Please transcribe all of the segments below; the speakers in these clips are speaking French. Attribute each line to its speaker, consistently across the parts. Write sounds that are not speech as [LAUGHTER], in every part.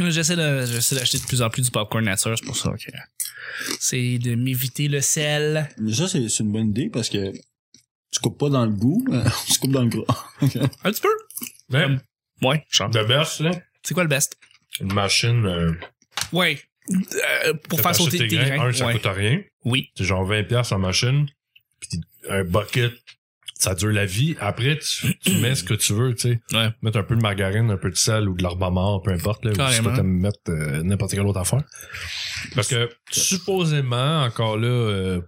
Speaker 1: J'essaie de, j'essaie d'acheter de plus en plus du popcorn nature, c'est pour ça que c'est de m'éviter le sel.
Speaker 2: Mais ça, c'est c'est une bonne idée parce que tu coupes pas dans le goût, euh, tu coupes dans le gras.
Speaker 1: Un petit peu.
Speaker 3: Ben,
Speaker 1: Ouais, Charles.
Speaker 3: de verse, là,
Speaker 1: C'est quoi le best?
Speaker 3: une machine euh,
Speaker 1: Ouais. Euh, pour
Speaker 3: fait
Speaker 1: faire sauter tes grains.
Speaker 3: Un, ça
Speaker 1: ouais.
Speaker 3: coûte rien.
Speaker 1: Oui.
Speaker 3: C'est genre 20$ piastres en machine. Puis un bucket, ça dure la vie. Après, tu, tu
Speaker 1: [CLEARS THROAT]
Speaker 3: mets ce que tu veux, tu sais.
Speaker 1: Ouais.
Speaker 3: Mettre un peu de margarine, un peu de sel ou de l'arbre à mort, peu importe. Là, ou si
Speaker 1: Carrément.
Speaker 3: tu peux t'aimes mettre euh, n'importe quelle autre affaire. Parce que supposément, encore là, euh,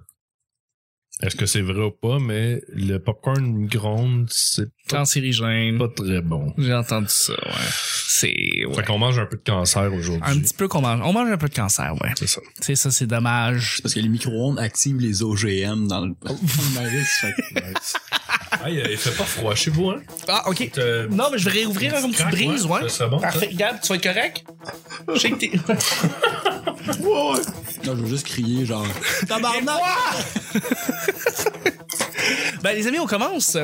Speaker 3: est-ce que c'est vrai ou pas, mais le popcorn micro-ondes, c'est pas,
Speaker 1: Cancérigène.
Speaker 3: pas très bon.
Speaker 1: J'ai entendu ça, ouais. C'est, ouais.
Speaker 3: Fait qu'on mange un peu de cancer aujourd'hui.
Speaker 1: Un petit peu qu'on mange. On mange un peu de cancer, ouais. [LAUGHS]
Speaker 3: C'est ça.
Speaker 1: Tu sais, ça, c'est dommage.
Speaker 2: C'est [LAUGHS] parce que les micro-ondes activent les OGM dans le dans le maïs. [LAUGHS] fait que-
Speaker 3: Ah, il fait pas froid chez vous, hein?
Speaker 1: Ah, ok.
Speaker 3: Euh,
Speaker 1: Non, mais je vais réouvrir comme tu
Speaker 3: Crac,
Speaker 1: brise, ouais.
Speaker 3: C'est bon. ça? hein?
Speaker 1: Parfait. Gab, tu vas être correct? Je sais que t'es.
Speaker 2: Non, je veux juste crier genre.
Speaker 1: [LAUGHS]
Speaker 2: Tabarnak!
Speaker 1: Ben, les amis, on commence.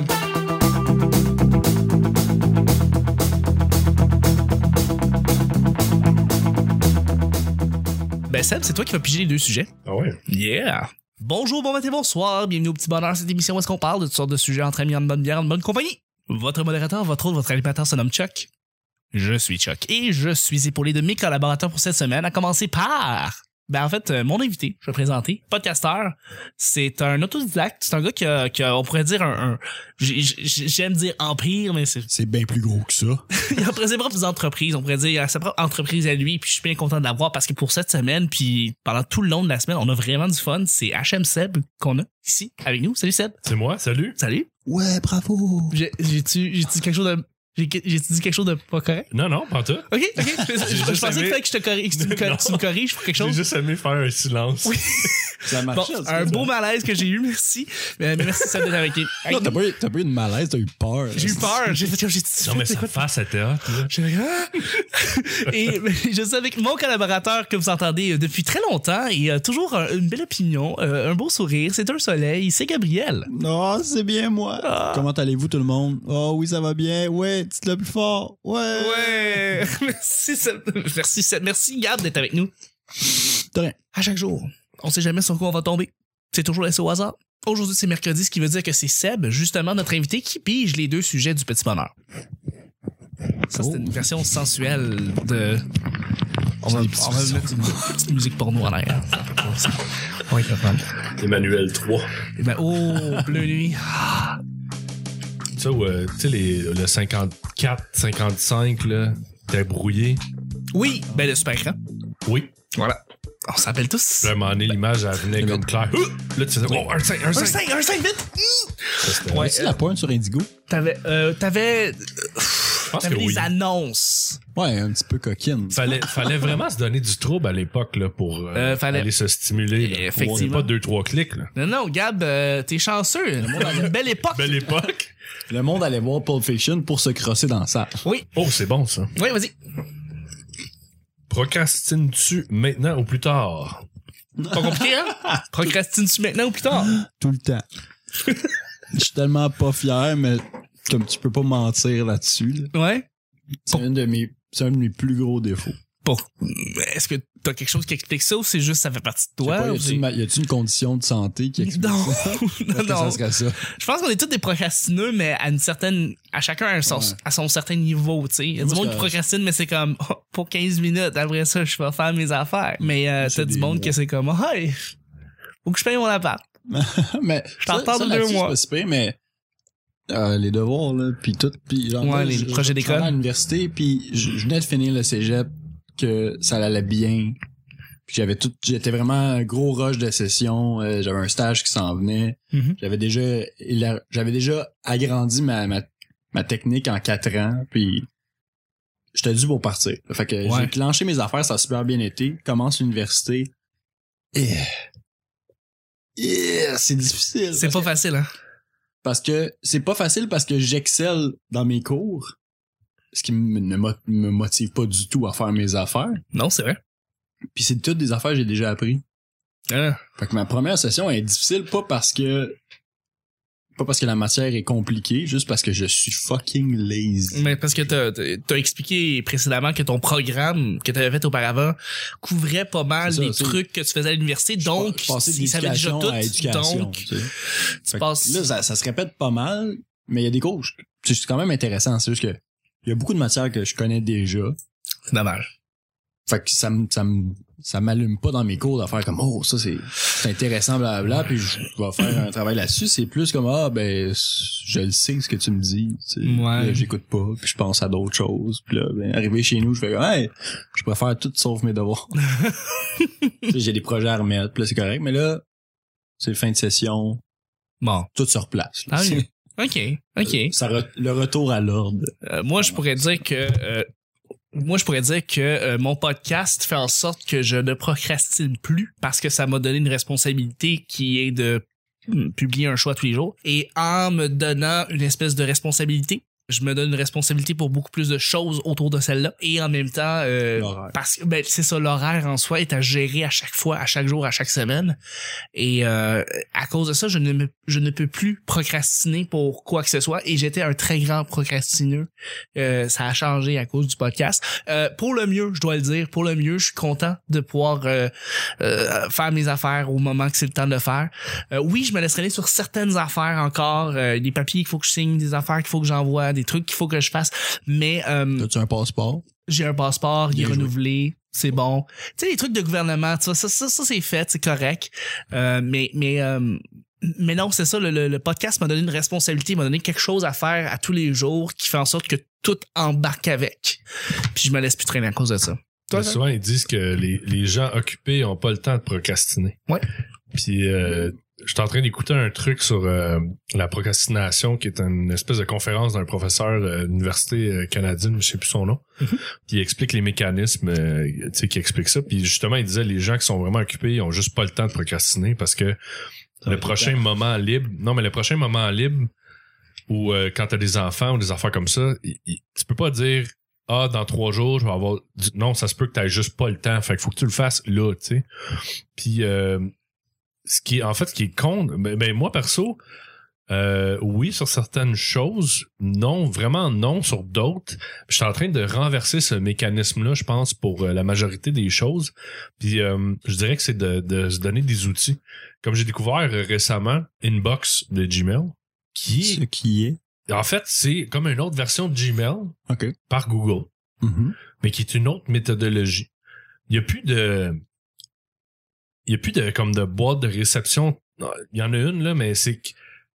Speaker 1: Ben, Seb, c'est toi qui vas piger les deux sujets.
Speaker 3: Ah ouais.
Speaker 1: Yeah. Bonjour, bon matin, bonsoir. Bienvenue au Petit Bonheur, cette émission où est-ce qu'on parle de toutes sortes de sujets entre amis, en bonne bière, en bonne compagnie. Votre modérateur, votre autre, votre animateur se nomme Chuck. Je suis Chuck et je suis épaulé de mes collaborateurs pour cette semaine, à commencer par... Ben en fait, euh, mon invité, je vais le présenter, podcasteur, c'est un autodidacte, c'est un gars qui a, qui a- on pourrait dire un... un- j'ai- j'ai- J'aime dire empire, mais c'est
Speaker 2: C'est bien plus gros que ça.
Speaker 1: il a pris ses propres entreprises, on pourrait dire, il a sa propre entreprise à lui, puis je suis bien content de l'avoir parce que pour cette semaine, puis pendant tout le long de la semaine, on a vraiment du fun. C'est HM Seb qu'on a ici avec nous. Salut Seb.
Speaker 3: C'est moi, salut.
Speaker 1: Salut.
Speaker 2: Ouais, bravo!
Speaker 1: J'ai- J'ai-tu j'ai dit quelque chose de. J'ai j'ai dit quelque chose de pas correct?
Speaker 3: Non, non, pas tout.
Speaker 1: Ok, ok. Je, je- je
Speaker 3: juste
Speaker 1: pensais que
Speaker 3: aimé-
Speaker 1: fallait que je te corrige, que tu, me cor-
Speaker 3: Non.
Speaker 1: tu me corriges pour quelque
Speaker 3: J'ai
Speaker 1: chose.
Speaker 3: juste aimé faire un silence.
Speaker 1: Oui.
Speaker 2: Ça
Speaker 1: Bon,
Speaker 2: marche. ça,
Speaker 1: un
Speaker 2: ça.
Speaker 1: beau malaise que j'ai eu, merci. Euh, Mais mais merci Seb d'être avec nous.
Speaker 2: Non, t'as pas, eu- t'as pas eu de malaise, t'as eu peur.
Speaker 1: J'ai eu peur. J'ai fait comme j'ai dit.
Speaker 3: Non, mais sa face était hot, là.
Speaker 1: J'ai fait, Ah! et [LAUGHS] ben, je suis avec mon collaborateur que vous entendez euh, depuis très longtemps et euh, toujours un- une belle opinion, euh, un beau sourire, c'est un soleil, c'est Gabriel.
Speaker 2: Non, c'est bien moi. Comment allez-vous tout le monde? Oh oui, ça va bien. Ouais, dites-le plus fort. Ouais.
Speaker 1: Ouais, [LAUGHS] merci, Seb- merci, Seb- merci Gab d'être avec nous.
Speaker 2: De rien.
Speaker 1: À chaque jour, on sait jamais sur quoi on va tomber. C'est toujours laissé au hasard. Aujourd'hui, c'est mercredi, ce qui veut dire que c'est Seb, justement notre invité, qui pige les deux sujets du petit bonheur. Ça,
Speaker 2: Oh.
Speaker 1: c'était une version sensuelle de. On va,
Speaker 2: C'est
Speaker 1: on va
Speaker 2: des petits
Speaker 1: mettre une [LAUGHS] petite musique porno en arrière. Ça fait pas ça. On va être capable.
Speaker 3: Emmanuel 3.
Speaker 1: Eh ben, oh, bleu nuit.
Speaker 3: Tu sais, où, euh, tu sais, les- le 54, 55, là, t'es brouillé.
Speaker 1: Oui, ben le super écran.
Speaker 3: Oui.
Speaker 1: Voilà. On s'appelle tous.
Speaker 3: Puis à un moment donné, l'image, elle venait comme claire. Ouh! Là, tu faisais, oh, un 5, un
Speaker 1: Un
Speaker 3: 5.
Speaker 1: 5, un 5, vite!
Speaker 3: Ouais.
Speaker 2: C'est la pointe sur Indigo?
Speaker 1: T'avais, euh, t'avais,
Speaker 3: Je pense que
Speaker 1: t'avais les
Speaker 3: oui.
Speaker 1: annonces.
Speaker 2: Ouais, un petit peu coquine.
Speaker 3: Fallait, fallait vraiment se donner du trouble à l'époque, là, pour euh,
Speaker 1: Euh, fallait-
Speaker 3: aller se stimuler. là.
Speaker 1: Effectivement.
Speaker 3: On n'est pas deux, trois clics, là.
Speaker 1: Non, non, Gab, euh, t'es chanceux. Une belle époque.
Speaker 3: Belle époque.
Speaker 2: Le monde allait voir Pulp Fiction pour se crosser dans ça.
Speaker 1: Oui,
Speaker 3: Oh, c'est bon, ça.
Speaker 1: oui, vas-y.
Speaker 3: Procrastines-tu maintenant ou plus tard?
Speaker 1: Pas compliqué, [LAUGHS] hein? Procrastines-tu maintenant ou plus [LAUGHS] tard?
Speaker 2: Tout le temps. Je suis tellement pas fier, mais comme tu peux pas mentir là-dessus, là.
Speaker 1: Ouais.
Speaker 2: c'est un de mes c'est un de mes plus gros défauts.
Speaker 1: Bon. Est-ce que t'as quelque chose qui explique ça ou c'est juste ça fait partie de
Speaker 2: Je sais
Speaker 1: toi?
Speaker 2: pas,
Speaker 1: ou
Speaker 2: y a-tu
Speaker 1: c'est-
Speaker 2: une ma- y a-tu une condition de santé qui explique
Speaker 1: [LAUGHS] Non.
Speaker 2: ça?
Speaker 1: non,
Speaker 2: Parce que ça
Speaker 1: non.
Speaker 2: serait ça.
Speaker 1: Je pense qu'on est tous des procrastineux, mais à une certaine, à chacun à son,
Speaker 2: Ouais.
Speaker 1: à son certain niveau, tu sais. Il y a du
Speaker 2: Moi,
Speaker 1: monde
Speaker 2: je-
Speaker 1: qui procrastine, mais c'est comme, oh, pour 15 minutes, après ça, je vais faire mes affaires. Mais, euh,
Speaker 2: C'est
Speaker 1: t'as du
Speaker 2: des
Speaker 1: monde
Speaker 2: mois.
Speaker 1: que c'est comme, oh, hey, faut que je paye mon appart.
Speaker 2: [LAUGHS] mais
Speaker 1: Je t'en
Speaker 2: ça-
Speaker 1: parle
Speaker 2: ça,
Speaker 1: de
Speaker 2: là-dessus,
Speaker 1: deux mois.
Speaker 2: c'est pas si pire, mais euh, les devoirs là, puis tout, puis genre,
Speaker 1: Ouais,
Speaker 2: moi,
Speaker 1: les
Speaker 2: je-
Speaker 1: projets
Speaker 2: je
Speaker 1: d'école.
Speaker 2: travaillais à l'université, puis je, je venais de finir le cégep que ça allait bien. Puis j'avais tout, j'étais vraiment un gros rush de session. euh, j'avais un stage qui s'en venait.
Speaker 1: Mhm.
Speaker 2: J'avais déjà, il a- j'avais déjà agrandi ma, ma ma technique en quatre ans, puis j'étais dû pour partir. Fait que
Speaker 1: Ouais.
Speaker 2: j'ai clenché mes affaires, ça a super bien été. Commence l'université. Et... et c'est difficile.
Speaker 1: C'est pas facile, hein?
Speaker 2: Parce que c'est pas facile parce que j'excelle dans mes cours, ce qui me- ne mo- me motive pas du tout à faire mes affaires.
Speaker 1: Non, c'est vrai.
Speaker 2: Puis c'est toutes des affaires que j'ai déjà appris.
Speaker 1: Hein?
Speaker 2: Fait que ma première session est difficile pas parce que Pas parce que la matière est compliquée, juste parce que je suis fucking lazy.
Speaker 1: Mais parce que t'as- t'as t'as expliqué précédemment que ton programme que t'avais fait auparavant couvrait pas mal
Speaker 2: C'est ça,
Speaker 1: les
Speaker 2: c'est-
Speaker 1: trucs que tu faisais à l'université, donc
Speaker 2: Je passais de
Speaker 1: ils savaient déjà
Speaker 2: l'éducation
Speaker 1: tout,
Speaker 2: à l'éducation,
Speaker 1: donc
Speaker 2: tu sais. Fait que
Speaker 1: passes-
Speaker 2: Là, ça, ça se répète pas mal, mais il y a des cours. je- C'est c'est quand même intéressant. C'est juste que il y a beaucoup de matières que je connais déjà.
Speaker 1: c'est dommage.
Speaker 2: Fait que ça me ça me ça m'allume pas dans mes cours de faire comme oh ça c'est c'est intéressant blablabla puis je vais faire un travail là-dessus c'est plus comme ah ben je le sais ce que tu me dis tu sais.
Speaker 1: Ouais.
Speaker 2: Là, j'écoute pas puis je pense à d'autres choses puis là ben, arrivé chez nous je fais comme hey je préfère tout sauf mes devoirs Tu sais, j'ai des projets à remettre puis là c'est correct mais là c'est fin de session
Speaker 1: Bon, Euh,
Speaker 2: tout se replace là.
Speaker 1: Ah oui. ok, ok.
Speaker 2: ça re- le retour à l'ordre
Speaker 1: Euh, moi, je pourrais dire que euh, moi, je pourrais dire que euh, mon podcast fait en sorte que je ne procrastine plus parce que ça m'a donné une responsabilité qui est de mm, publier un choix tous les jours. Et en me donnant une espèce de responsabilité, je me donne une responsabilité pour beaucoup plus de choses autour de celle-là. Et en même temps, euh,
Speaker 2: L'horaire.
Speaker 1: parce que ben, c'est ça, l'horaire en soi est à gérer à chaque fois, à chaque jour, à chaque semaine. Et euh, à cause de ça, je ne, me- je ne peux plus procrastiner pour quoi que ce soit. Et j'étais un très grand procrastineux. Euh, ça a changé à cause du podcast. Euh, pour le mieux, je dois le dire, pour le mieux, je suis content de pouvoir euh, euh, faire mes affaires au moment que c'est le temps de le faire. Euh, oui, je me laisserai aller sur certaines affaires encore, euh, des papiers qu'il faut que je signe, des affaires qu'il faut que j'envoie, des trucs qu'il faut que je fasse, mais euh,
Speaker 2: as-tu un passeport
Speaker 1: j'ai un passeport, il est
Speaker 2: Bien joué.
Speaker 1: renouvelé, c'est bon. Tu sais, les trucs de gouvernement, tu vois, ça, ça, ça c'est fait, c'est correct. Euh, mais, mais, euh, mais non, c'est ça, le, le- le podcast m'a donné une responsabilité, m'a donné quelque chose à faire à tous les jours qui fait en sorte que tout embarque avec. Puis je me laisse plus traîner à cause de ça. Toi,
Speaker 3: Mais
Speaker 1: ça?
Speaker 3: souvent, ils disent que les, les gens occupés ont pas le temps de procrastiner.
Speaker 1: Ouais.
Speaker 3: Puis, euh, je suis en train d'écouter un truc sur euh, la procrastination, qui est une espèce de conférence d'un professeur euh, d'université euh, canadienne, je sais plus son nom. Puis il explique les mécanismes, euh, tu sais, qui explique ça. Puis justement, il disait les gens qui sont vraiment occupés, ils ont juste pas le temps de procrastiner parce que le prochain moment libre, non, mais le prochain moment libre, ou euh, quand t'as des enfants ou des affaires comme ça, il- il- tu peux pas dire ah, dans trois jours, je vais avoir. du- Non, ça se peut que t'aies juste pas le temps. Fait que faut que tu le fasses là, tu sais. Puis, euh, ce qui est, en fait, ce qui est con, ben, ben, moi, perso, euh, oui, sur certaines choses, non, vraiment non sur d'autres. Je suis en train de renverser ce mécanisme-là, je pense, pour euh, la majorité des choses. Puis, euh, je dirais que c'est de, de se donner des outils. Comme j'ai découvert euh, récemment, Inbox de Gmail,
Speaker 2: ce
Speaker 3: qui,
Speaker 2: qui est
Speaker 3: en fait, c'est comme une autre version de Gmail
Speaker 2: ok
Speaker 3: par Google
Speaker 2: Mhm.
Speaker 3: mais qui est une autre méthodologie. Il n'y a plus de. Il n'y a plus de comme de boîte de réception. Non, Il y en a une, là, mais c'est que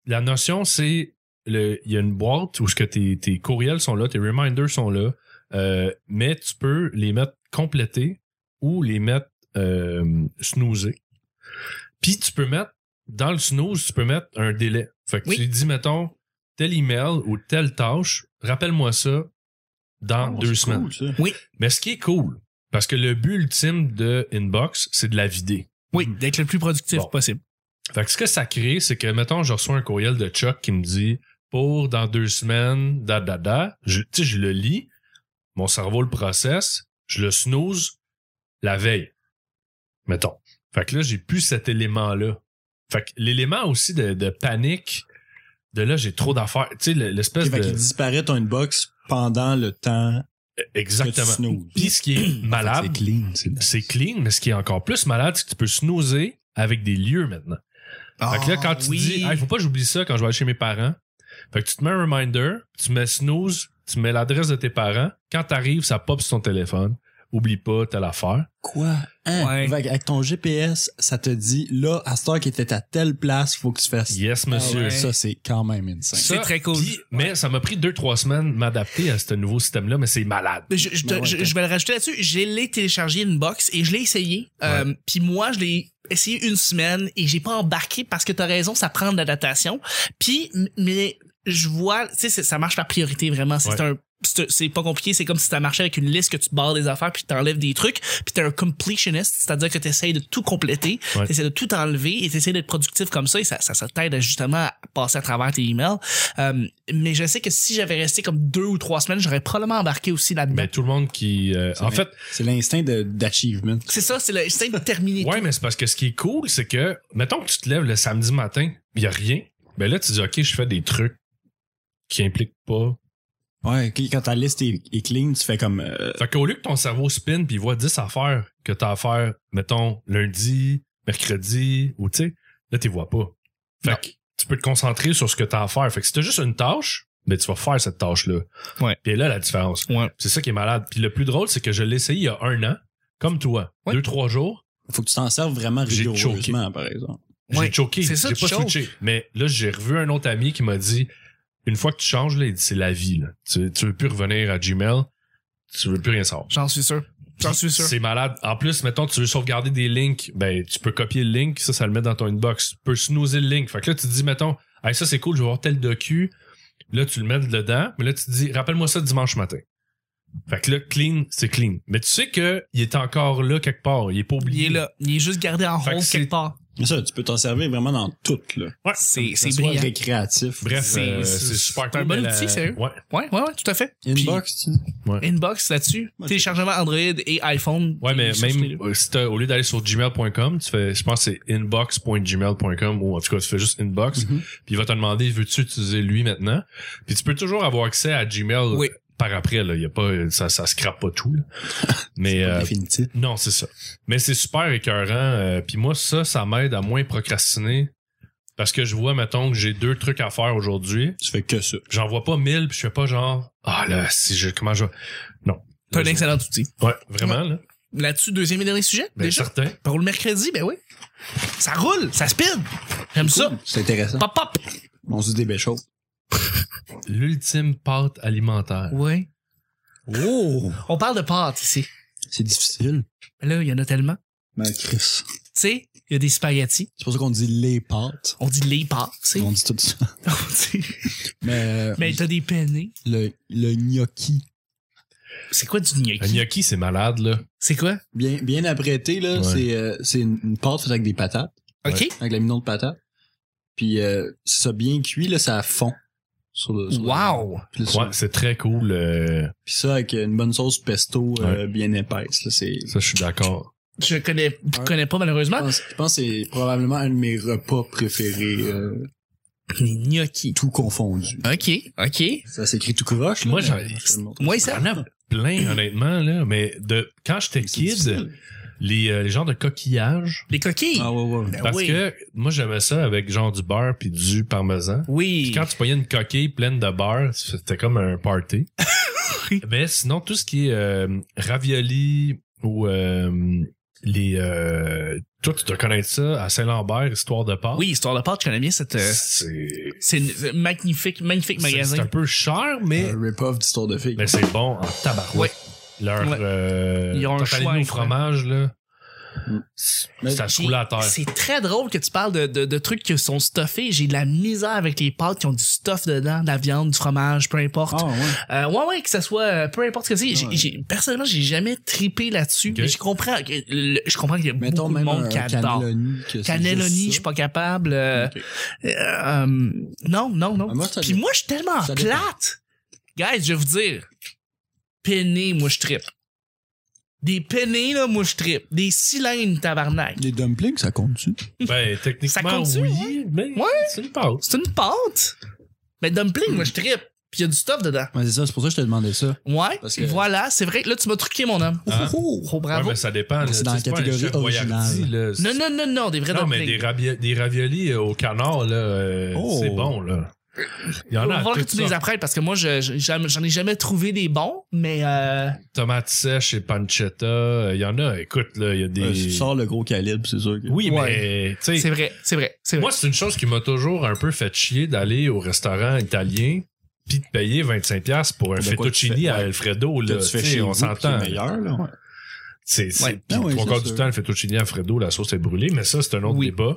Speaker 3: la notion, c'est le. Il y a une boîte où ce que tes, tes courriels sont là, tes reminders sont là, euh, mais tu peux les mettre complétés ou les mettre euh, snoozer. Puis tu peux mettre dans le snooze, tu peux mettre un délai. Fait que
Speaker 1: Oui.
Speaker 3: tu lui dis, mettons, tel email ou telle tâche, rappelle-moi ça dans
Speaker 2: Oh,
Speaker 3: Ah, deux
Speaker 2: c'est
Speaker 3: semaines.
Speaker 2: cool, ça.
Speaker 3: Mais ce qui est cool, parce que le but ultime de Inbox, c'est de la vider.
Speaker 1: Oui, d'être le plus productif
Speaker 3: Bon.
Speaker 1: possible.
Speaker 3: Fait que ce que ça crée, c'est que, mettons, je reçois un courriel de Chuck qui me dit pour dans deux semaines, da da da. Je, tu sais, je le lis, mon cerveau le processe, je le snooze la veille. Mettons. Fait que là, j'ai plus cet élément-là. Fait que l'élément aussi de, de panique, de là, j'ai trop d'affaires. Tu sais, le- l'espèce
Speaker 2: Ok, fait
Speaker 3: de.
Speaker 2: qu'il disparaît ton inbox pendant le temps que tu
Speaker 3: Exactement.
Speaker 2: snooze. [CLEARS THROAT]
Speaker 3: Puis ce qui est malade,
Speaker 2: C'est clean, c'est
Speaker 3: c'est clean, mais ce qui est encore plus malade, c'est que tu peux snoozer avec des lieux maintenant. fait
Speaker 1: Ah
Speaker 3: que là, quand tu dis, il faut pas que j'oublie ça quand je vais aller chez mes parents, fait que tu te mets un reminder, tu mets snooze, tu mets l'adresse de tes parents. Quand t'arrives, ça pop sur ton téléphone. Oublie pas telle affaire.
Speaker 2: Quoi? Hein?
Speaker 1: Ouais.
Speaker 2: Fait que avec ton GPS, ça te dit, là, à cette heure qui était à telle place, faut que tu fasses.
Speaker 3: Yes, monsieur.
Speaker 1: Ah ouais.
Speaker 2: Ça, c'est quand même insane.
Speaker 1: C'est très cool.
Speaker 3: puis- Mais ça m'a pris deux, trois semaines m'adapter à ce nouveau système-là, mais c'est malade.
Speaker 1: Mais Je, je,
Speaker 2: Ben ouais,
Speaker 1: je-
Speaker 2: t'as-
Speaker 1: je vais le rajouter là-dessus. Je l'ai téléchargé une box et je l'ai essayé. Euh, Puis moi, je l'ai essayé une semaine et j'ai pas embarqué parce que t'as raison, ça prend de l'adaptation. Puis, m- mais je vois, tu sais, c'est- ça marche par priorité vraiment. C'est
Speaker 3: Ouais.
Speaker 1: un c'est c'est pas compliqué, c'est comme si t'as marché avec une liste que tu te barres des affaires puis t'enlèves des trucs, puis t'es un completionist, c'est-à-dire que t'essayes de tout compléter,
Speaker 3: Ouais.
Speaker 1: t'essayes de tout enlever et t'essayes d'être productif comme ça et ça, ça, ça t'aide justement à passer à travers tes emails. Euh, mais je sais que si j'avais resté comme deux ou trois semaines, j'aurais probablement embarqué aussi là-dedans.
Speaker 3: Mais tout le monde qui, euh,
Speaker 2: C'est
Speaker 3: en
Speaker 2: vrai.
Speaker 3: fait,
Speaker 2: C'est l'instinct de- d'achievement.
Speaker 1: C'est ça, c'est le c'est de terminer.
Speaker 3: Ouais, mais c'est parce que ce qui est cool, c'est que, mettons que tu te lèves le samedi matin, il n'y a rien. Ben là, tu dis, OK, je fais des trucs qui impliquent pas.
Speaker 2: Ouais, ok, quand ta liste est, est clean, tu fais comme. euh,
Speaker 3: Fait qu'au lieu que ton cerveau spin puis il voit 10 affaires que t'as à faire, mettons, lundi, mercredi, ou tu sais, là, t'y vois pas. Fait
Speaker 1: Non.
Speaker 3: que tu peux te concentrer sur ce que t'as à faire. Fait que si t'as juste une tâche, ben tu vas faire cette tâche-là.
Speaker 1: Ouais.
Speaker 3: Puis là, la différence.
Speaker 1: Ouais.
Speaker 3: C'est ça qui est malade. Puis le plus drôle, c'est que je l'ai essayé il y a un an, comme toi,
Speaker 1: Ouais.
Speaker 3: deux, trois jours.
Speaker 2: faut que tu t'en serves vraiment
Speaker 3: J'ai
Speaker 2: rigoureusement, par exemple.
Speaker 1: Ouais.
Speaker 3: J'ai choqué.
Speaker 1: C'est
Speaker 3: J'ai
Speaker 1: ça,
Speaker 3: pas
Speaker 1: tu choques.
Speaker 3: switché. Mais là, j'ai revu un autre ami qui m'a dit une fois que tu changes, là, il dit, c'est la vie. Là. Tu, tu veux plus revenir à Gmail, tu veux plus rien savoir.
Speaker 1: J'en suis sûr. J'en suis sûr.
Speaker 3: C'est malade. En plus, mettons, tu veux sauvegarder des links, ben, tu peux copier le link, ça, ça le met dans ton inbox. Tu peux snoozer le link. Fait que là, tu te dis, mettons, hey, ça, c'est cool, je vais voir tel docu. Là, tu le mets dedans, mais là, tu te dis, rappelle-moi ça dimanche matin. Fait que là, clean, c'est clean. Mais tu sais que il est encore là quelque part. Il est pas
Speaker 1: Il
Speaker 3: oublié.
Speaker 1: est là. Il est juste gardé en
Speaker 3: Fait que
Speaker 1: hold
Speaker 3: c'est-
Speaker 1: quelque part.
Speaker 2: Mais ça, tu peux t'en servir vraiment dans tout, là.
Speaker 1: Ouais. C'est
Speaker 2: Que ce
Speaker 1: c'est
Speaker 2: soit
Speaker 1: brillant.
Speaker 2: récréatif.
Speaker 3: Bref,
Speaker 1: C'est-
Speaker 3: euh,
Speaker 1: c'est-
Speaker 3: c'est super
Speaker 1: c'est un
Speaker 3: cool,
Speaker 1: bon
Speaker 3: mais la-
Speaker 1: outil, sérieux.
Speaker 3: Ouais.
Speaker 1: Ouais, ouais, ouais, tout à fait.
Speaker 2: Inbox, tu
Speaker 1: Puis, inbox là-dessus.
Speaker 2: Ouais,
Speaker 1: Téléchargement Android et iPhone.
Speaker 3: Ouais, mais
Speaker 1: Puis,
Speaker 3: même
Speaker 1: cherchez-le.
Speaker 3: euh, si t'as- au lieu d'aller sur gmail.com, tu fais, je pense que c'est inbox.gmail.com ou en tout cas, tu fais juste inbox.
Speaker 2: Mhm.
Speaker 3: Puis il va te demander, veux-tu utiliser lui maintenant? Puis tu peux toujours avoir accès à Gmail
Speaker 1: Oui.
Speaker 3: par après, là. Il Y a pas, ça, ça scrape pas tout, là. Mais, euh,
Speaker 2: Définitif.
Speaker 3: non, c'est ça. Mais c'est super écœurant. euh, puis moi, ça, ça m'aide à moins procrastiner. Parce que je vois, mettons, que j'ai deux trucs à faire aujourd'hui.
Speaker 2: Tu fais que ça.
Speaker 3: J'en vois pas mille, puis je fais pas genre, ah là, si je, comment je, non.
Speaker 1: C'est un excellent outil.
Speaker 3: Ouais, vraiment, là.
Speaker 1: Là-dessus, deuxième et dernier sujet.
Speaker 3: Ben,
Speaker 1: déjà.
Speaker 3: certain.
Speaker 1: Pour le mercredi, ben oui. Ça roule, ça speed. J'aime ça.
Speaker 2: Cool. C'est intéressant.
Speaker 1: Pop, pop.
Speaker 2: On se dit des belles choses.
Speaker 3: L'ultime pâte alimentaire.
Speaker 1: Ouais.
Speaker 2: Oh!
Speaker 1: On parle de pâtes ici.
Speaker 2: C'est difficile.
Speaker 1: Mais Là, il y en a tellement.
Speaker 2: Mais Chris.
Speaker 1: Tu sais, il y a des spaghettis.
Speaker 2: C'est pour ça qu'on dit les pâtes.
Speaker 1: On dit les pâtes, tu sais.
Speaker 2: On dit tout ça.
Speaker 1: [LAUGHS] On dit-
Speaker 2: Mais, euh,
Speaker 1: [LAUGHS] Mais t'as des penne.
Speaker 2: le, le gnocchi.
Speaker 1: C'est quoi du gnocchi?
Speaker 3: Un gnocchi, c'est malade, là.
Speaker 1: C'est quoi?
Speaker 2: Bien, bien apprêté, là,
Speaker 3: Ouais.
Speaker 2: c'est, euh, c'est une, une pâte faite avec des patates,
Speaker 1: OK.
Speaker 2: avec la minon de patates. Puis euh, c'est ça bien cuit, là, ça fond. Sur le, sur le-
Speaker 1: Wow!
Speaker 2: puis, le-
Speaker 3: Ouais, c'est très cool. euh,
Speaker 2: puis ça, avec une bonne sauce pesto euh, bien épaisse. Là, c'est,
Speaker 3: ça, je suis d'accord.
Speaker 1: Je connais, je connais pas
Speaker 2: je,
Speaker 1: malheureusement.
Speaker 2: pense, je pense que c'est probablement un de mes repas préférés, euh,
Speaker 1: Les gnocchi.
Speaker 2: tout confondu.
Speaker 1: OK, OK.
Speaker 2: Ça s'écrit tout croche. Là,
Speaker 3: Moi,
Speaker 2: mais-
Speaker 3: j'en-
Speaker 2: je te le montre.
Speaker 1: Moi, ça.
Speaker 3: Il y en a plein, honnêtement, là. Mais de, quand j'étais
Speaker 2: C'est difficile.
Speaker 3: kid, les, euh, les genres de coquillages.
Speaker 1: Les coquilles.
Speaker 2: Ah ouais, ouais.
Speaker 1: Ben
Speaker 3: Parce
Speaker 1: oui.
Speaker 3: que moi, j'aimais ça avec genre du beurre puis du parmesan. Puis
Speaker 1: Oui.
Speaker 3: quand tu voyais une coquille pleine de beurre, c'était comme un party. Mais sinon, tout ce qui est euh, ravioli ou euh, les... euh, toi, tu dois connaître ça à Saint-Lambert, Histoire de Pâques.
Speaker 1: Oui, Histoire de pâtes, je connais bien cette... euh,
Speaker 3: C'est...
Speaker 1: C'est une- magnifique, magnifique
Speaker 3: C'est c'est un
Speaker 1: magasin.
Speaker 3: peu cher, mais,
Speaker 2: Un rip-off d'histoire de fille.
Speaker 3: mais c'est bon en
Speaker 1: Ouais.
Speaker 3: tabarouette. Leur,
Speaker 1: Ouais.
Speaker 3: euh,
Speaker 1: Ils ont un
Speaker 3: tortellini
Speaker 1: choix
Speaker 3: au
Speaker 1: incroyable.
Speaker 3: fromage, là,
Speaker 2: Mm. Mais-
Speaker 3: ça se roule à terre.
Speaker 1: C'est très drôle que tu parles de, de, de trucs qui sont stuffés. J'ai de la misère avec les pâtes qui ont du stuff dedans, de la viande, du fromage, peu importe.
Speaker 2: Ah ouais.
Speaker 1: Euh, ouais, ouais, que ça soit euh, peu importe ce que c'est. J'ai-
Speaker 2: Ouais.
Speaker 1: j'ai- Personnellement, j'ai jamais tripé là-dessus.
Speaker 3: Ok.
Speaker 1: Mais je comprends, que le- je comprends qu'il y a
Speaker 2: [LAUGHS] Mettons
Speaker 1: beaucoup de
Speaker 2: même
Speaker 1: monde
Speaker 2: un
Speaker 1: qui adore.
Speaker 2: cannelloni. que c'est juste
Speaker 1: Cannelloni,
Speaker 2: ça.
Speaker 1: je suis pas capable. euh,
Speaker 2: Ok.
Speaker 1: euh, euh, non, non, non.
Speaker 2: Ah, moi, ça
Speaker 1: Puis
Speaker 2: dé-
Speaker 1: moi, je suis tellement
Speaker 2: ça dépend.
Speaker 1: plate. Guys, je vais vous dire. Penne, moi, je tripe. Des pennées, là, moi, je tripe. Des cylindres, tabarnak.
Speaker 2: Les dumplings, ça compte-tu?
Speaker 3: Ben,
Speaker 1: Ça
Speaker 3: techniquement,
Speaker 1: compte-tu,
Speaker 3: oui, mais
Speaker 1: Ouais.
Speaker 3: c'est une pause.
Speaker 1: C'est une pâte. Mais dumpling, moi, je tripe. Puis il y a du stuff dedans.
Speaker 2: Ouais, c'est ça, c'est pour ça que je te demandais ça.
Speaker 1: Ouais.
Speaker 2: Parce que-
Speaker 1: Voilà, c'est vrai. Là, tu m'as truqué, mon homme.
Speaker 3: Ah.
Speaker 2: Oh, oh, oh.
Speaker 1: Oh, bravo.
Speaker 3: Ouais, mais ça dépend.
Speaker 2: C'est
Speaker 3: là,
Speaker 2: dans
Speaker 3: tu sais,
Speaker 2: la
Speaker 3: pas un
Speaker 2: catégorie
Speaker 3: chef boyardi, là.
Speaker 1: Non, non, non, non, des vrais
Speaker 3: Non, mais
Speaker 1: dumplings.
Speaker 3: des, ravio- des raviolis au canard, là, euh,
Speaker 2: Oh.
Speaker 3: c'est bon, là. Il y
Speaker 1: On
Speaker 3: en a
Speaker 1: va
Speaker 3: à
Speaker 1: voir que
Speaker 3: toutes
Speaker 1: tu les
Speaker 3: sortes.
Speaker 1: apprêtes parce que moi, je- je- j'en j'en ai jamais trouvé des bons, mais euh,
Speaker 3: Tomates sèches et pancetta. euh, Il y en a, écoute, là, il y a des...
Speaker 2: Euh, si tu sors le gros calibre, c'est sûr que.
Speaker 3: oui,
Speaker 1: Ouais.
Speaker 3: mais, tu sais,
Speaker 1: c'est vrai, c'est vrai, c'est vrai.
Speaker 3: [LAUGHS] Moi, c'est une chose qui m'a toujours un peu fait chier d'aller au restaurant italien puis de payer 25$ piastres pour un
Speaker 2: De quoi tu
Speaker 3: fettuccini
Speaker 2: fais,
Speaker 3: à
Speaker 2: ouais.
Speaker 3: Alfredo.
Speaker 2: Que
Speaker 3: Là,
Speaker 2: tu fais
Speaker 3: Tu sais,
Speaker 2: chez
Speaker 3: on
Speaker 2: vous,
Speaker 3: s'entend.
Speaker 2: C'est meilleur, là. Ouais.
Speaker 3: C'est, c'est,
Speaker 1: Ouais.
Speaker 3: puis
Speaker 2: Ah ouais,
Speaker 3: trois
Speaker 2: c'est
Speaker 3: quarts du
Speaker 2: sûr.
Speaker 3: temps, le fettuccini à Alfredo, la sauce est brûlée, mais ça, c'est un autre
Speaker 1: Oui.
Speaker 3: débat.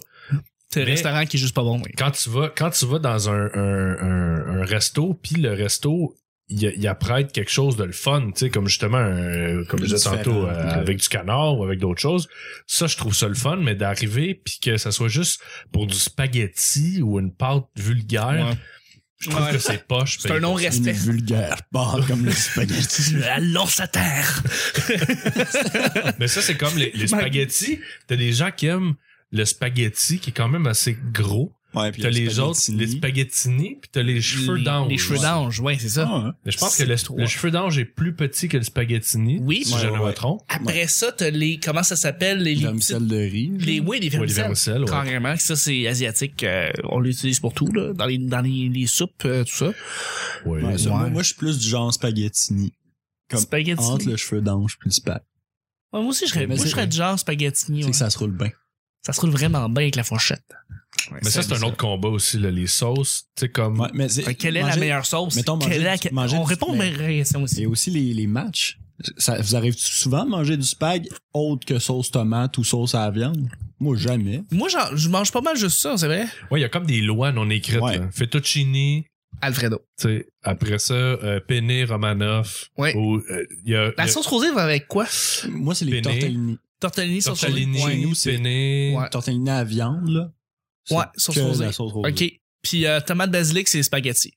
Speaker 1: c'est un
Speaker 3: mais-
Speaker 1: restaurant qui est juste pas bon. oui.
Speaker 3: Quand tu vas, quand tu vas dans un, un, un, un resto, puis le resto, il y, apprête quelque chose de le fun, tu sais, comme justement, un- comme je disais
Speaker 2: Différent.
Speaker 3: tantôt, euh,
Speaker 2: Ouais.
Speaker 3: avec du canard ou avec d'autres choses. Ça, je trouve ça le fun, mais d'arriver puis que ça soit juste pour du spaghetti ou une pâte vulgaire,
Speaker 1: Ouais.
Speaker 3: Je trouve
Speaker 1: Ouais.
Speaker 3: que c'est poche.
Speaker 1: C'est un
Speaker 3: nom
Speaker 2: Une
Speaker 1: non-respect.
Speaker 2: vulgaire barre comme le spaghetti.
Speaker 1: Allons à terre.
Speaker 3: Mais
Speaker 1: [LAUGHS]
Speaker 3: ça, c'est comme les, les
Speaker 1: Ma-
Speaker 3: spaghettis. T'as des gens qui aiment le spaghetti qui est quand même assez gros.
Speaker 2: [LAUGHS] Ouais, puis
Speaker 3: T'as
Speaker 2: le
Speaker 3: les autres,
Speaker 2: spaghettini.
Speaker 3: les spaghettini, puis t'as les cheveux
Speaker 1: Les-
Speaker 3: d'ange.
Speaker 1: Les cheveux d'ange, ouais, c'est ça.
Speaker 2: Ah, ouais.
Speaker 3: Mais je pense que le,
Speaker 1: C'est
Speaker 3: le
Speaker 1: trois.
Speaker 3: cheveu d'ange est plus petit que le spaghettini.
Speaker 1: Oui.
Speaker 3: si
Speaker 2: Ouais,
Speaker 3: je ne
Speaker 2: ouais,
Speaker 3: me
Speaker 2: ouais.
Speaker 3: trompe.
Speaker 1: Après ça, t'as les, comment ça s'appelle, les, les,
Speaker 2: La micelle de riz.
Speaker 1: petites- les- oui, les
Speaker 3: Ouais, les
Speaker 1: vermicelles.
Speaker 3: vermicelles, ouais.
Speaker 1: Carrément, ça c'est asiatique, euh, on l'utilise pour tout, là, dans les, dans les, les soupes, euh, tout ça.
Speaker 3: Ouais.
Speaker 2: Ouais, ça,
Speaker 1: Ouais.
Speaker 2: Moi, moi, je suis plus du genre spaghettini. Comme
Speaker 1: Spaghetti.
Speaker 2: Entre le cheveu d'ange puis le spag.
Speaker 1: Ouais, moi aussi, je serais, moi,
Speaker 2: Mais c'est-
Speaker 1: je serais du genre spaghetti.
Speaker 2: C'est
Speaker 1: ouais.
Speaker 2: que
Speaker 1: Ça...
Speaker 2: ça se roule bien.
Speaker 1: se roule vraiment bien avec la fourchette. Ouais,
Speaker 3: Mais ça, c'est un autre combat aussi, là, les sauces. Tu sais, comme.
Speaker 2: Ouais, mais c'est-
Speaker 1: Fait que quelle est la
Speaker 2: manger-
Speaker 1: meilleure sauce?
Speaker 2: mettons, manger
Speaker 1: Quelle est la-
Speaker 2: du- manger
Speaker 1: on
Speaker 2: du-
Speaker 1: répond aux
Speaker 2: mais-
Speaker 1: mêmes questions aussi.
Speaker 2: Et aussi les, les matchs. Ça vous arrive souvent de manger du spag autre que sauce tomate ou sauce à la viande? Moi, jamais.
Speaker 1: Moi, j'en- je mange pas mal juste ça, c'est vrai?
Speaker 3: Ouais, il y a comme des lois non écrites.
Speaker 2: Ouais.
Speaker 3: là. Fettuccini,
Speaker 1: Alfredo.
Speaker 3: tu sais, après ça, euh, penne romanoff.
Speaker 1: Ouais.
Speaker 3: Ou, euh, il y a,
Speaker 1: La
Speaker 3: il y a
Speaker 1: sauce rosée va avec quoi?
Speaker 2: Moi, c'est
Speaker 3: Penne.
Speaker 2: les tortellini.
Speaker 1: Tortellini, sauce rosée.
Speaker 3: tortellini,
Speaker 1: Ouais.
Speaker 2: nous, c'est-
Speaker 3: penne.
Speaker 1: Ouais.
Speaker 2: Tortellini à la viande, là. c'est
Speaker 1: Ouais, sauce
Speaker 2: que
Speaker 1: rosée.
Speaker 2: la sauce rosée.
Speaker 1: OK. Puis euh, tomate basilic, c'est spaghetti.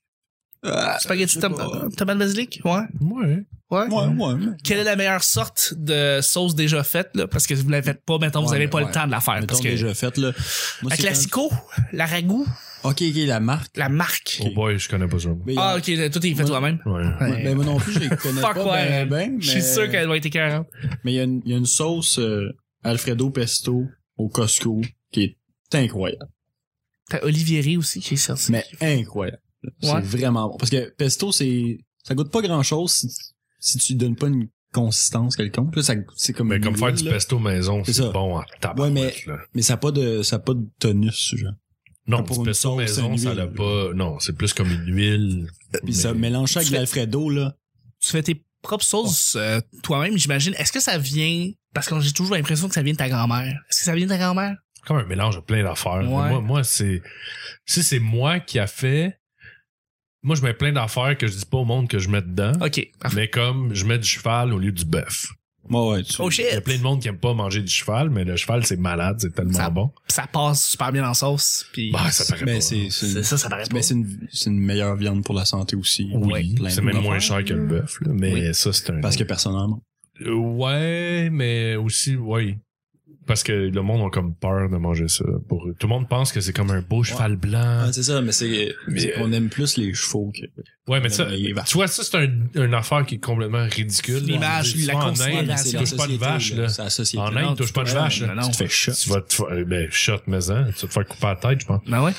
Speaker 2: Ah,
Speaker 1: Spaghetti
Speaker 2: je sais
Speaker 1: tom-
Speaker 2: pas.
Speaker 1: tomate basilic? Ouais.
Speaker 3: Ouais.
Speaker 1: Ouais.
Speaker 2: ouais, ouais. mais-
Speaker 1: Quelle est la meilleure sorte de sauce déjà faite, là? Parce que si vous la faites pas, mettons, vous
Speaker 2: Ouais,
Speaker 1: n'avez pas
Speaker 2: ouais.
Speaker 1: le temps de la faire.
Speaker 2: Mettons
Speaker 1: Parce que
Speaker 2: déjà fait, là. Moi,
Speaker 1: la
Speaker 2: c'est
Speaker 1: classico, la ragout,
Speaker 2: quand- Ok, ok, la marque.
Speaker 1: la marque.
Speaker 3: Oh boy, je connais pas ça. moi.
Speaker 2: Mais,
Speaker 1: Ah, OK, tout est fait
Speaker 2: Moi-
Speaker 1: toi-même.
Speaker 3: Ouais.
Speaker 2: moi- ben, moi non plus, je
Speaker 1: [LAUGHS]
Speaker 2: les connais
Speaker 1: Fuck
Speaker 2: pas
Speaker 1: ouais.
Speaker 2: ben, ben,
Speaker 1: Je suis
Speaker 2: mais-
Speaker 1: sûr qu'elle doit être écœurante.
Speaker 2: Mais il y a une- il y, a une sauce euh, Alfredo Pesto au Costco qui est incroyable.
Speaker 1: T'as Olivieri aussi qui est sorti.
Speaker 2: Mais incroyable.
Speaker 1: Ouais.
Speaker 2: C'est vraiment bon. Parce que Pesto, c'est ça goûte pas grand-chose si, si tu donnes pas une consistance quelconque. Là, ça- c'est comme,
Speaker 3: Mais
Speaker 2: une
Speaker 3: Ben, comme faire
Speaker 2: huile,
Speaker 3: du
Speaker 2: là.
Speaker 3: pesto maison,
Speaker 2: C'est
Speaker 3: c'est
Speaker 2: ça.
Speaker 3: bon à tabarouette,
Speaker 2: mais-
Speaker 3: là.
Speaker 2: Mais ça n'a pas, de- ça a pas de tonus, genre.
Speaker 3: Euh, Non,
Speaker 2: Comme pour
Speaker 3: du
Speaker 2: une
Speaker 3: pesto
Speaker 2: sauce,
Speaker 3: maison,
Speaker 2: une
Speaker 3: ça l'a
Speaker 2: huile.
Speaker 3: pas. Non, c'est plus comme une huile.
Speaker 2: Puis ça
Speaker 3: Mais-
Speaker 2: mélange ça avec
Speaker 1: Tu fais-
Speaker 2: l'Alfredo, là.
Speaker 1: tu fais tes propres sauces euh, toi-même, j'imagine. Est-ce que ça vient parce que j'ai toujours l'impression que ça vient de ta grand-mère. Est-ce que ça vient de ta grand-mère
Speaker 3: comme un mélange de plein d'affaires.
Speaker 1: Ouais.
Speaker 3: Moi, moi c'est. Si c'est moi qui a fait. Moi, je mets plein d'affaires que je dis pas au monde que je mets dedans.
Speaker 1: OK,
Speaker 2: Ah.
Speaker 1: parfait.
Speaker 3: Mais comme je mets du cheval au lieu du bœuf.
Speaker 2: Bah Ouais, ouais. tu-
Speaker 1: Oh
Speaker 3: Il y a
Speaker 1: shit.
Speaker 3: plein de monde qui aime pas manger du cheval, mais le cheval, c'est malade, c'est tellement
Speaker 1: Ça-
Speaker 3: bon.
Speaker 1: Ça passe super bien en sauce puis
Speaker 3: Bah, ça paraît
Speaker 2: Mais
Speaker 3: pas.
Speaker 2: c'est c'est
Speaker 1: c'est
Speaker 2: une-
Speaker 1: ça ça paraît pas.
Speaker 2: mais c'est une, c'est une meilleure viande pour la santé aussi.
Speaker 3: Oui,
Speaker 2: Plein
Speaker 3: c'est
Speaker 2: de
Speaker 3: même moins
Speaker 2: affaires.
Speaker 3: cher que le bœuf, là, mais
Speaker 1: Oui.
Speaker 3: ça, c'est un.
Speaker 2: Parce que personne n'en mange.
Speaker 3: Euh, Ouais, mais aussi, ouais. Parce que le monde a comme peur de manger ça. Pour eux. Tout le monde pense que c'est comme un beau cheval blanc.
Speaker 2: Ah, c'est ça, mais c'est,
Speaker 3: Mais-
Speaker 2: c'est- on aime plus les chevaux que,
Speaker 3: Ouais, mais ça,
Speaker 2: Ouais, les vaches.
Speaker 3: tu vois, ça, c'est un, une affaire qui est complètement ridicule.
Speaker 1: L'image,
Speaker 3: Tu
Speaker 1: la
Speaker 3: vas en
Speaker 1: considération.
Speaker 3: Inde,
Speaker 1: c'est
Speaker 3: tu
Speaker 1: la
Speaker 3: touches pas de vache, là.
Speaker 2: C'est la société.
Speaker 3: En Inde, touche pas de vache, là.
Speaker 1: Non,
Speaker 2: Tu te fais shot.
Speaker 3: Tu vas te faire, ben, shot, mais hein, tu vas te faire couper la tête, je pense.
Speaker 1: Ben ouais.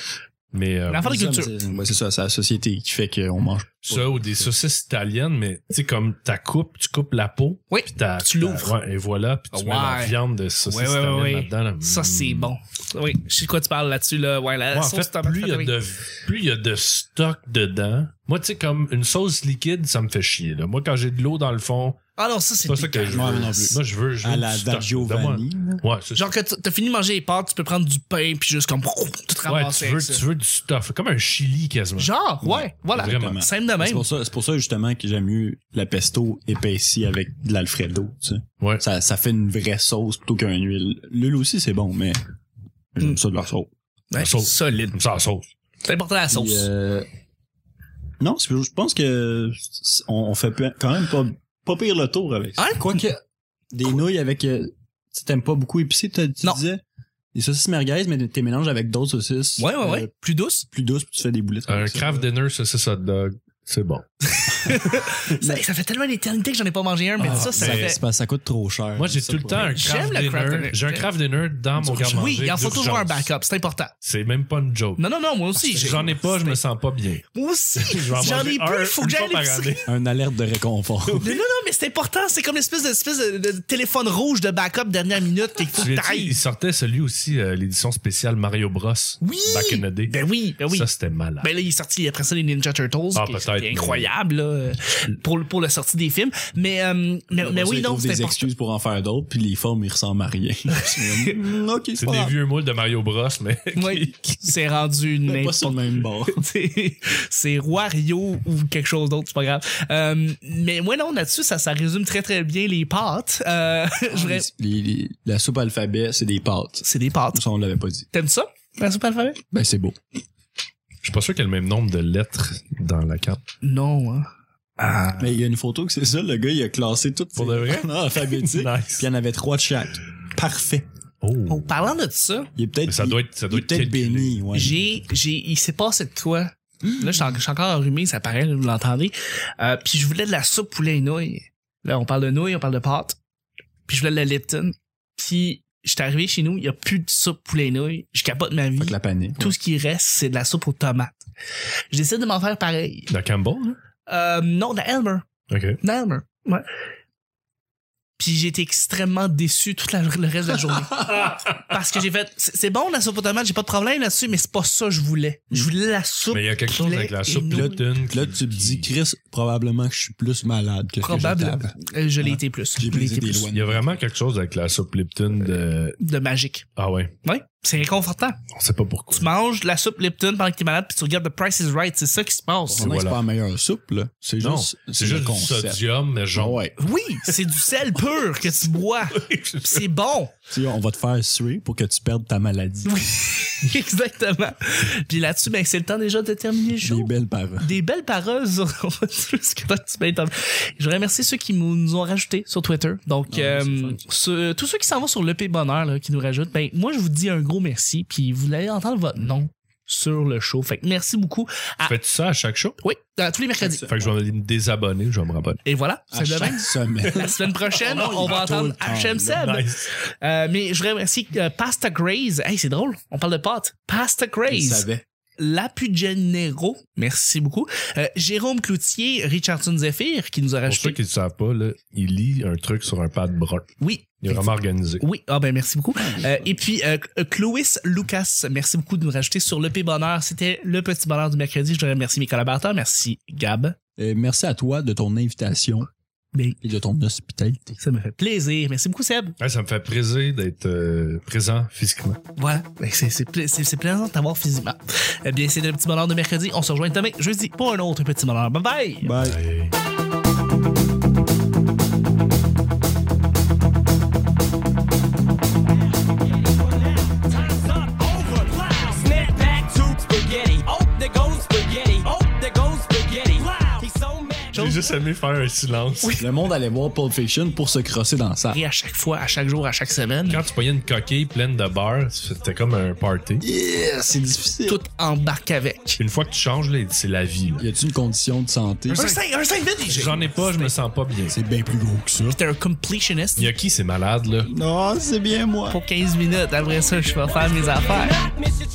Speaker 3: Mais, euh,
Speaker 1: L'affaire de
Speaker 2: C'est ça,
Speaker 1: culture.
Speaker 2: mais c'est- ouais, c'est ça, c'est la société qui fait qu'on mange.
Speaker 3: ça, ou des saucisses italiennes, mais, tu sais, comme, ta coupe, tu coupes la peau.
Speaker 1: Oui,
Speaker 3: Puis t'as-
Speaker 1: tu
Speaker 3: t'as-
Speaker 1: l'ouvres.
Speaker 3: ouais, et voilà, puis tu
Speaker 1: Ouais.
Speaker 3: mets la viande de saucisses
Speaker 1: Ouais, ouais, ouais,
Speaker 3: italiennes
Speaker 1: ouais.
Speaker 3: là-dedans, là.
Speaker 1: Ça c'est
Speaker 3: Mm.
Speaker 1: bon. Oui, je sais de quoi tu parles là-dessus là. Ouais, la
Speaker 3: Moi, en
Speaker 1: sauce
Speaker 3: fait,
Speaker 1: tomate
Speaker 3: plus il y a
Speaker 1: fatali.
Speaker 3: de, plus il y a de stock dedans. Moi, tu sais, comme une sauce liquide, ça me fait chier, là. Moi, quand j'ai de l'eau dans le fond,
Speaker 1: Ah non, ça c'est
Speaker 3: c'est pas ça que
Speaker 1: piquant.
Speaker 3: je
Speaker 2: Moi,
Speaker 3: veux.
Speaker 2: non plus.
Speaker 3: Moi, je veux, je veux
Speaker 2: À
Speaker 3: du
Speaker 2: la
Speaker 3: stock.
Speaker 2: Daggio
Speaker 3: Donne-moi-
Speaker 2: Vanille. là.
Speaker 3: Ouais, c'est
Speaker 1: Genre que t- t'as fini de manger les pâtes, tu peux prendre du pain puis juste comme [LAUGHS] tout
Speaker 3: Ouais, tu
Speaker 1: ramasser.
Speaker 3: veux,
Speaker 1: avec ça.
Speaker 3: tu veux du stuff. Comme un chili quasiment.
Speaker 1: Genre, ouais,
Speaker 2: Ouais,
Speaker 1: voilà.
Speaker 3: vraiment.
Speaker 1: Simple de
Speaker 2: C'est
Speaker 1: Ben même.
Speaker 2: pour ça, c'est pour ça, justement, que j'aime mieux la pesto épaissie avec de l'alfredo, tu sais.
Speaker 3: Ouais.
Speaker 2: Ça, ça fait une vraie sauce plutôt qu'une huile. L'huile aussi, c'est bon, mais j'aime
Speaker 1: Mm.
Speaker 2: ça de la sauce.
Speaker 1: Ouais,
Speaker 3: sauce.
Speaker 1: solide.
Speaker 3: Comme ça, la sauce.
Speaker 1: C'est important la
Speaker 2: Puis,
Speaker 1: sauce.
Speaker 2: euh, non, c'est- je pense que c'est- on, on fait pu- quand même pas, pas pire le tour avec ça.
Speaker 1: Hein?
Speaker 2: Quoique, des nouilles avec... euh, Tu t'aimes pas beaucoup épicé, t'as- tu
Speaker 1: Non.
Speaker 2: disais? Des saucisses merguez, mais t'es mélanges avec d'autres saucisses.
Speaker 1: Ouais, ouais,
Speaker 2: euh,
Speaker 1: ouais. Plus douce.
Speaker 2: [LAUGHS] plus douces, puis tu fais des boulettes.
Speaker 3: Un
Speaker 2: avec ça.
Speaker 3: craft dinner, ça, c'est hot dog. C'est bon.
Speaker 1: Ça, ça fait tellement d'éternité que j'en ai pas mangé un, mais
Speaker 2: Ah,
Speaker 1: ça, ça
Speaker 3: mais
Speaker 1: fait.
Speaker 2: c'est parce que ça coûte trop cher.
Speaker 3: Moi, j'ai tout le temps un
Speaker 1: J'aime
Speaker 3: craft
Speaker 1: le craft dinner.
Speaker 3: dinner. J'ai un craft dinner dans mon garde-manger.
Speaker 1: Oui, il en faut
Speaker 3: d'urgence.
Speaker 1: toujours un backup, c'est important.
Speaker 3: C'est même pas une joke.
Speaker 1: Non, non, non, moi aussi. j'ai-
Speaker 3: Ah, J'en ai pas, je me sens pas bien.
Speaker 1: Moi aussi.
Speaker 3: [LAUGHS] Je vais en
Speaker 1: J'en ai
Speaker 3: manger
Speaker 1: plus,
Speaker 3: un,
Speaker 1: il faut
Speaker 3: une
Speaker 1: que j'aille
Speaker 3: fois
Speaker 1: à
Speaker 3: par
Speaker 1: l'épicerie.
Speaker 3: année.
Speaker 2: Un alerte de
Speaker 3: [LAUGHS]
Speaker 2: réconfort.
Speaker 1: Mais non, non, mais c'est important. C'est comme l'espèce de, espèce de, de téléphone rouge de backup dernière minute qu'il faut
Speaker 3: Tu
Speaker 1: que
Speaker 3: viens
Speaker 1: t'ailles.
Speaker 3: il sortait celui aussi, euh, l'édition spéciale Mario Bros.
Speaker 1: Oui!
Speaker 3: Back in the day.
Speaker 1: Ben oui, ben oui.
Speaker 3: Ça, c'était malade.
Speaker 1: Ben là, il est sorti après ça les Ninja Turtles.
Speaker 3: Ah,
Speaker 1: qui- qui
Speaker 3: peut-être,
Speaker 1: est
Speaker 3: mais-
Speaker 1: incroyable, là, euh, pour, le- pour la sortie des films. Mais, euh, mais, mais oui, non,
Speaker 2: des
Speaker 1: c'est important. [LAUGHS]
Speaker 2: excuses pour en faire d'autres, puis les formes, ils ressemblent à
Speaker 3: [LAUGHS]
Speaker 2: rien. C'est comme, hmm, ok, c'est
Speaker 3: c'est
Speaker 2: pas
Speaker 3: des
Speaker 2: grave.
Speaker 3: vieux moules de Mario Bros, mais [LAUGHS]
Speaker 1: Oui, [LAUGHS] c'est rendu
Speaker 2: Pas
Speaker 1: n'importe
Speaker 2: sur le même bord.
Speaker 1: [LAUGHS] C'est- c'est Wario ou quelque chose d'autre, c'est pas grave. Euh, mais moi non, là-dessus, ça, ça résume très très bien les pâtes. Euh, [LAUGHS] je voudrais-
Speaker 2: Les- les- la soupe alphabet, c'est des pâtes.
Speaker 1: C'est des pâtes.
Speaker 2: Ça, on l'avait pas dit.
Speaker 1: T'aimes ça? La soupe alphabet?
Speaker 2: Ben, c'est beau.
Speaker 3: je suis pas sûr qu'il y a le même nombre de lettres dans la carte.
Speaker 1: Non, hein. Ah.
Speaker 2: Mais il y a une photo que c'est ça, le gars, il a classé toutes
Speaker 3: Pour
Speaker 2: ses- [LAUGHS]
Speaker 3: de vrai?
Speaker 2: Non, alphabétique.
Speaker 3: [LAUGHS] Nice. Oh.
Speaker 2: Puis il y en avait trois de chaque. Parfait.
Speaker 1: En parlant de ça,
Speaker 2: Il est peut-être
Speaker 3: Mais ça doit être, ça
Speaker 2: il
Speaker 3: doit
Speaker 2: est
Speaker 3: être
Speaker 2: peut-être
Speaker 3: calculé.
Speaker 2: béni, ouais.
Speaker 1: j'ai, j'ai, il s'est passé de quoi? Là, je suis en- je suis encore enrhumé, ça paraît, là, vous l'entendez. Euh, puis je voulais de la soupe poulet et nouilles. Là, on parle de nouilles, on parle de pâtes. Puis je voulais de la Lipton. Puis j'étais arrivé chez nous, il y a plus de soupe poulet et nouilles. Je capote ma vie.
Speaker 2: Fait que la panique.
Speaker 1: Tout ce qui reste, c'est de la soupe aux tomates. Je décide de m'en faire pareil.
Speaker 3: La Campbell, là?
Speaker 1: Euh, non, de la Elmer.
Speaker 3: OK.
Speaker 1: De la Elmer. Ouais. Puis j'ai été extrêmement déçu tout la- le reste de la journée. Parce que j'ai fait, c'est c'est bon la soupe aux tomates, j'ai pas de problème là-dessus, mais c'est pas ça que je voulais. Je voulais la soupe.
Speaker 3: Mais il y a quelque chose avec la
Speaker 1: Poulet
Speaker 3: soupe
Speaker 1: et nouilles.
Speaker 3: Lipton.
Speaker 2: Là, tu te dis, Chris, probablement que je suis plus malade que ce que
Speaker 1: Probablement.
Speaker 2: j'étais avant.
Speaker 1: Euh, Je l'ai
Speaker 2: Ouais.
Speaker 1: été plus. Je
Speaker 2: J'ai
Speaker 1: l'ai
Speaker 2: brisé
Speaker 1: été
Speaker 2: des
Speaker 1: plus.
Speaker 2: lois.
Speaker 3: Il y a vraiment quelque chose avec la soupe Lipton de.
Speaker 1: De magique.
Speaker 3: Ah ouais.
Speaker 1: Oui, c'est réconfortant.
Speaker 3: On sait pas pourquoi.
Speaker 1: Tu manges de la soupe Lipton pendant que t'es malade puis tu regardes The Price is Right. C'est ça qui se passe.
Speaker 2: Probablement que
Speaker 3: voilà.
Speaker 2: C'est pas la meilleure soupe, là. C'est
Speaker 3: Non,
Speaker 2: juste,
Speaker 3: C'est
Speaker 2: le
Speaker 3: juste du
Speaker 2: concept. Ah
Speaker 3: sodium, mais genre.
Speaker 2: Ouais.
Speaker 1: Oui, c'est du sel pur que tu
Speaker 2: [LAUGHS]
Speaker 1: bois. Puis c'est bon.
Speaker 2: Tu sais, on va te faire suer pour que tu perdes ta maladie.
Speaker 1: Oui, [LAUGHS] exactement. Puis là-dessus, ben, c'est le temps déjà de terminer le
Speaker 2: Des
Speaker 1: show.
Speaker 2: belles paroles.
Speaker 1: Des belles paroles sur [LAUGHS] on va dire ce que tu m'as établi. Je remercie ceux qui nous nous ont rajoutés sur Twitter. Donc,
Speaker 2: Ah,
Speaker 1: euh,
Speaker 2: c'est fun.
Speaker 1: ce- tous ceux qui s'en vont sur l'EP Bonheur, là, qui nous rajoutent, ben, moi, je vous dis un gros merci. Puis vous allez entendre votre nom sur le show. Fait que merci beaucoup. Ah.
Speaker 3: Fais-tu ça à chaque show?
Speaker 1: Oui, euh, tous les mercredis.
Speaker 3: Fait que je vais aller me désabonner, je vais me rabonner.
Speaker 1: Et voilà,
Speaker 2: À
Speaker 1: c'est le
Speaker 2: chaque
Speaker 1: même.
Speaker 2: [LAUGHS] semaine.
Speaker 1: La semaine prochaine,
Speaker 2: Oh non,
Speaker 1: on
Speaker 2: il
Speaker 1: va
Speaker 2: va tout
Speaker 1: entendre
Speaker 2: le temps,
Speaker 1: HM Seb.
Speaker 3: Nice.
Speaker 1: Euh, mais je remercie euh, Pasta Graze. Hey, c'est drôle, on parle de pâtes. Pasta
Speaker 2: Il
Speaker 1: Graze.
Speaker 2: savait.
Speaker 1: La Pugenero. Merci beaucoup. Euh, Jérôme Cloutier, Richardson Zephyr, qui nous a
Speaker 3: Pour ceux
Speaker 1: rajouté.
Speaker 3: qui ne savent pas, là, il lit un truc sur un pad brun.
Speaker 1: Oui.
Speaker 3: Il est vraiment organisé.
Speaker 1: Oui, ah ben merci beaucoup. Euh, et puis, euh, Clovis Lucas, merci beaucoup de nous rajouter sur le P Bonheur. C'était le petit bonheur du mercredi. Je voudrais remercier mes collaborateurs. Merci Gab.
Speaker 2: Et merci à toi de ton invitation
Speaker 1: Ben,
Speaker 2: et de ton hospitalité.
Speaker 1: ça me fait plaisir. Merci beaucoup Seb.
Speaker 3: Ouais, ça me fait plaisir d'être euh, présent physiquement.
Speaker 1: Voilà, Ben, c'est- c'est pla- c'est c'est plaisant de t'avoir physiquement. Eh bien, c'était le petit bonheur de mercredi. On se rejoint demain, jeudi, pour un autre petit bonheur. Bye bye!
Speaker 2: Bye.
Speaker 3: Hey.
Speaker 4: Time's up, over, loud. Snap back to spaghetti. Oh, there goes spaghetti. Oh, there goes spaghetti. Loud. He's so mad.
Speaker 3: J'ai juste aimé faire un silence.
Speaker 2: Le monde allait voir Pulp Fiction pour se crosser dans ça.
Speaker 1: Et à chaque fois, à chaque jour, à chaque semaine,
Speaker 3: Quand tu voyais une coquille pleine de beurre, c'était comme un party.
Speaker 2: Yeah, c'est difficile.
Speaker 1: tout embarque avec.
Speaker 3: Une fois que tu changes, là, c'est la vie. là.
Speaker 2: Y a-tu une condition de santé?
Speaker 1: Un 5, un 5 vite, DJ.
Speaker 3: J'en ai pas, je me sens pas bien.
Speaker 2: C'est bien plus gros que ça.
Speaker 1: T'es un completionist.
Speaker 3: Il y a qui, c'est malade, là?
Speaker 2: Non, c'est bien moi.
Speaker 1: Pour 15 minutes, après ça, je vais faire mes affaires.
Speaker 4: Not miss your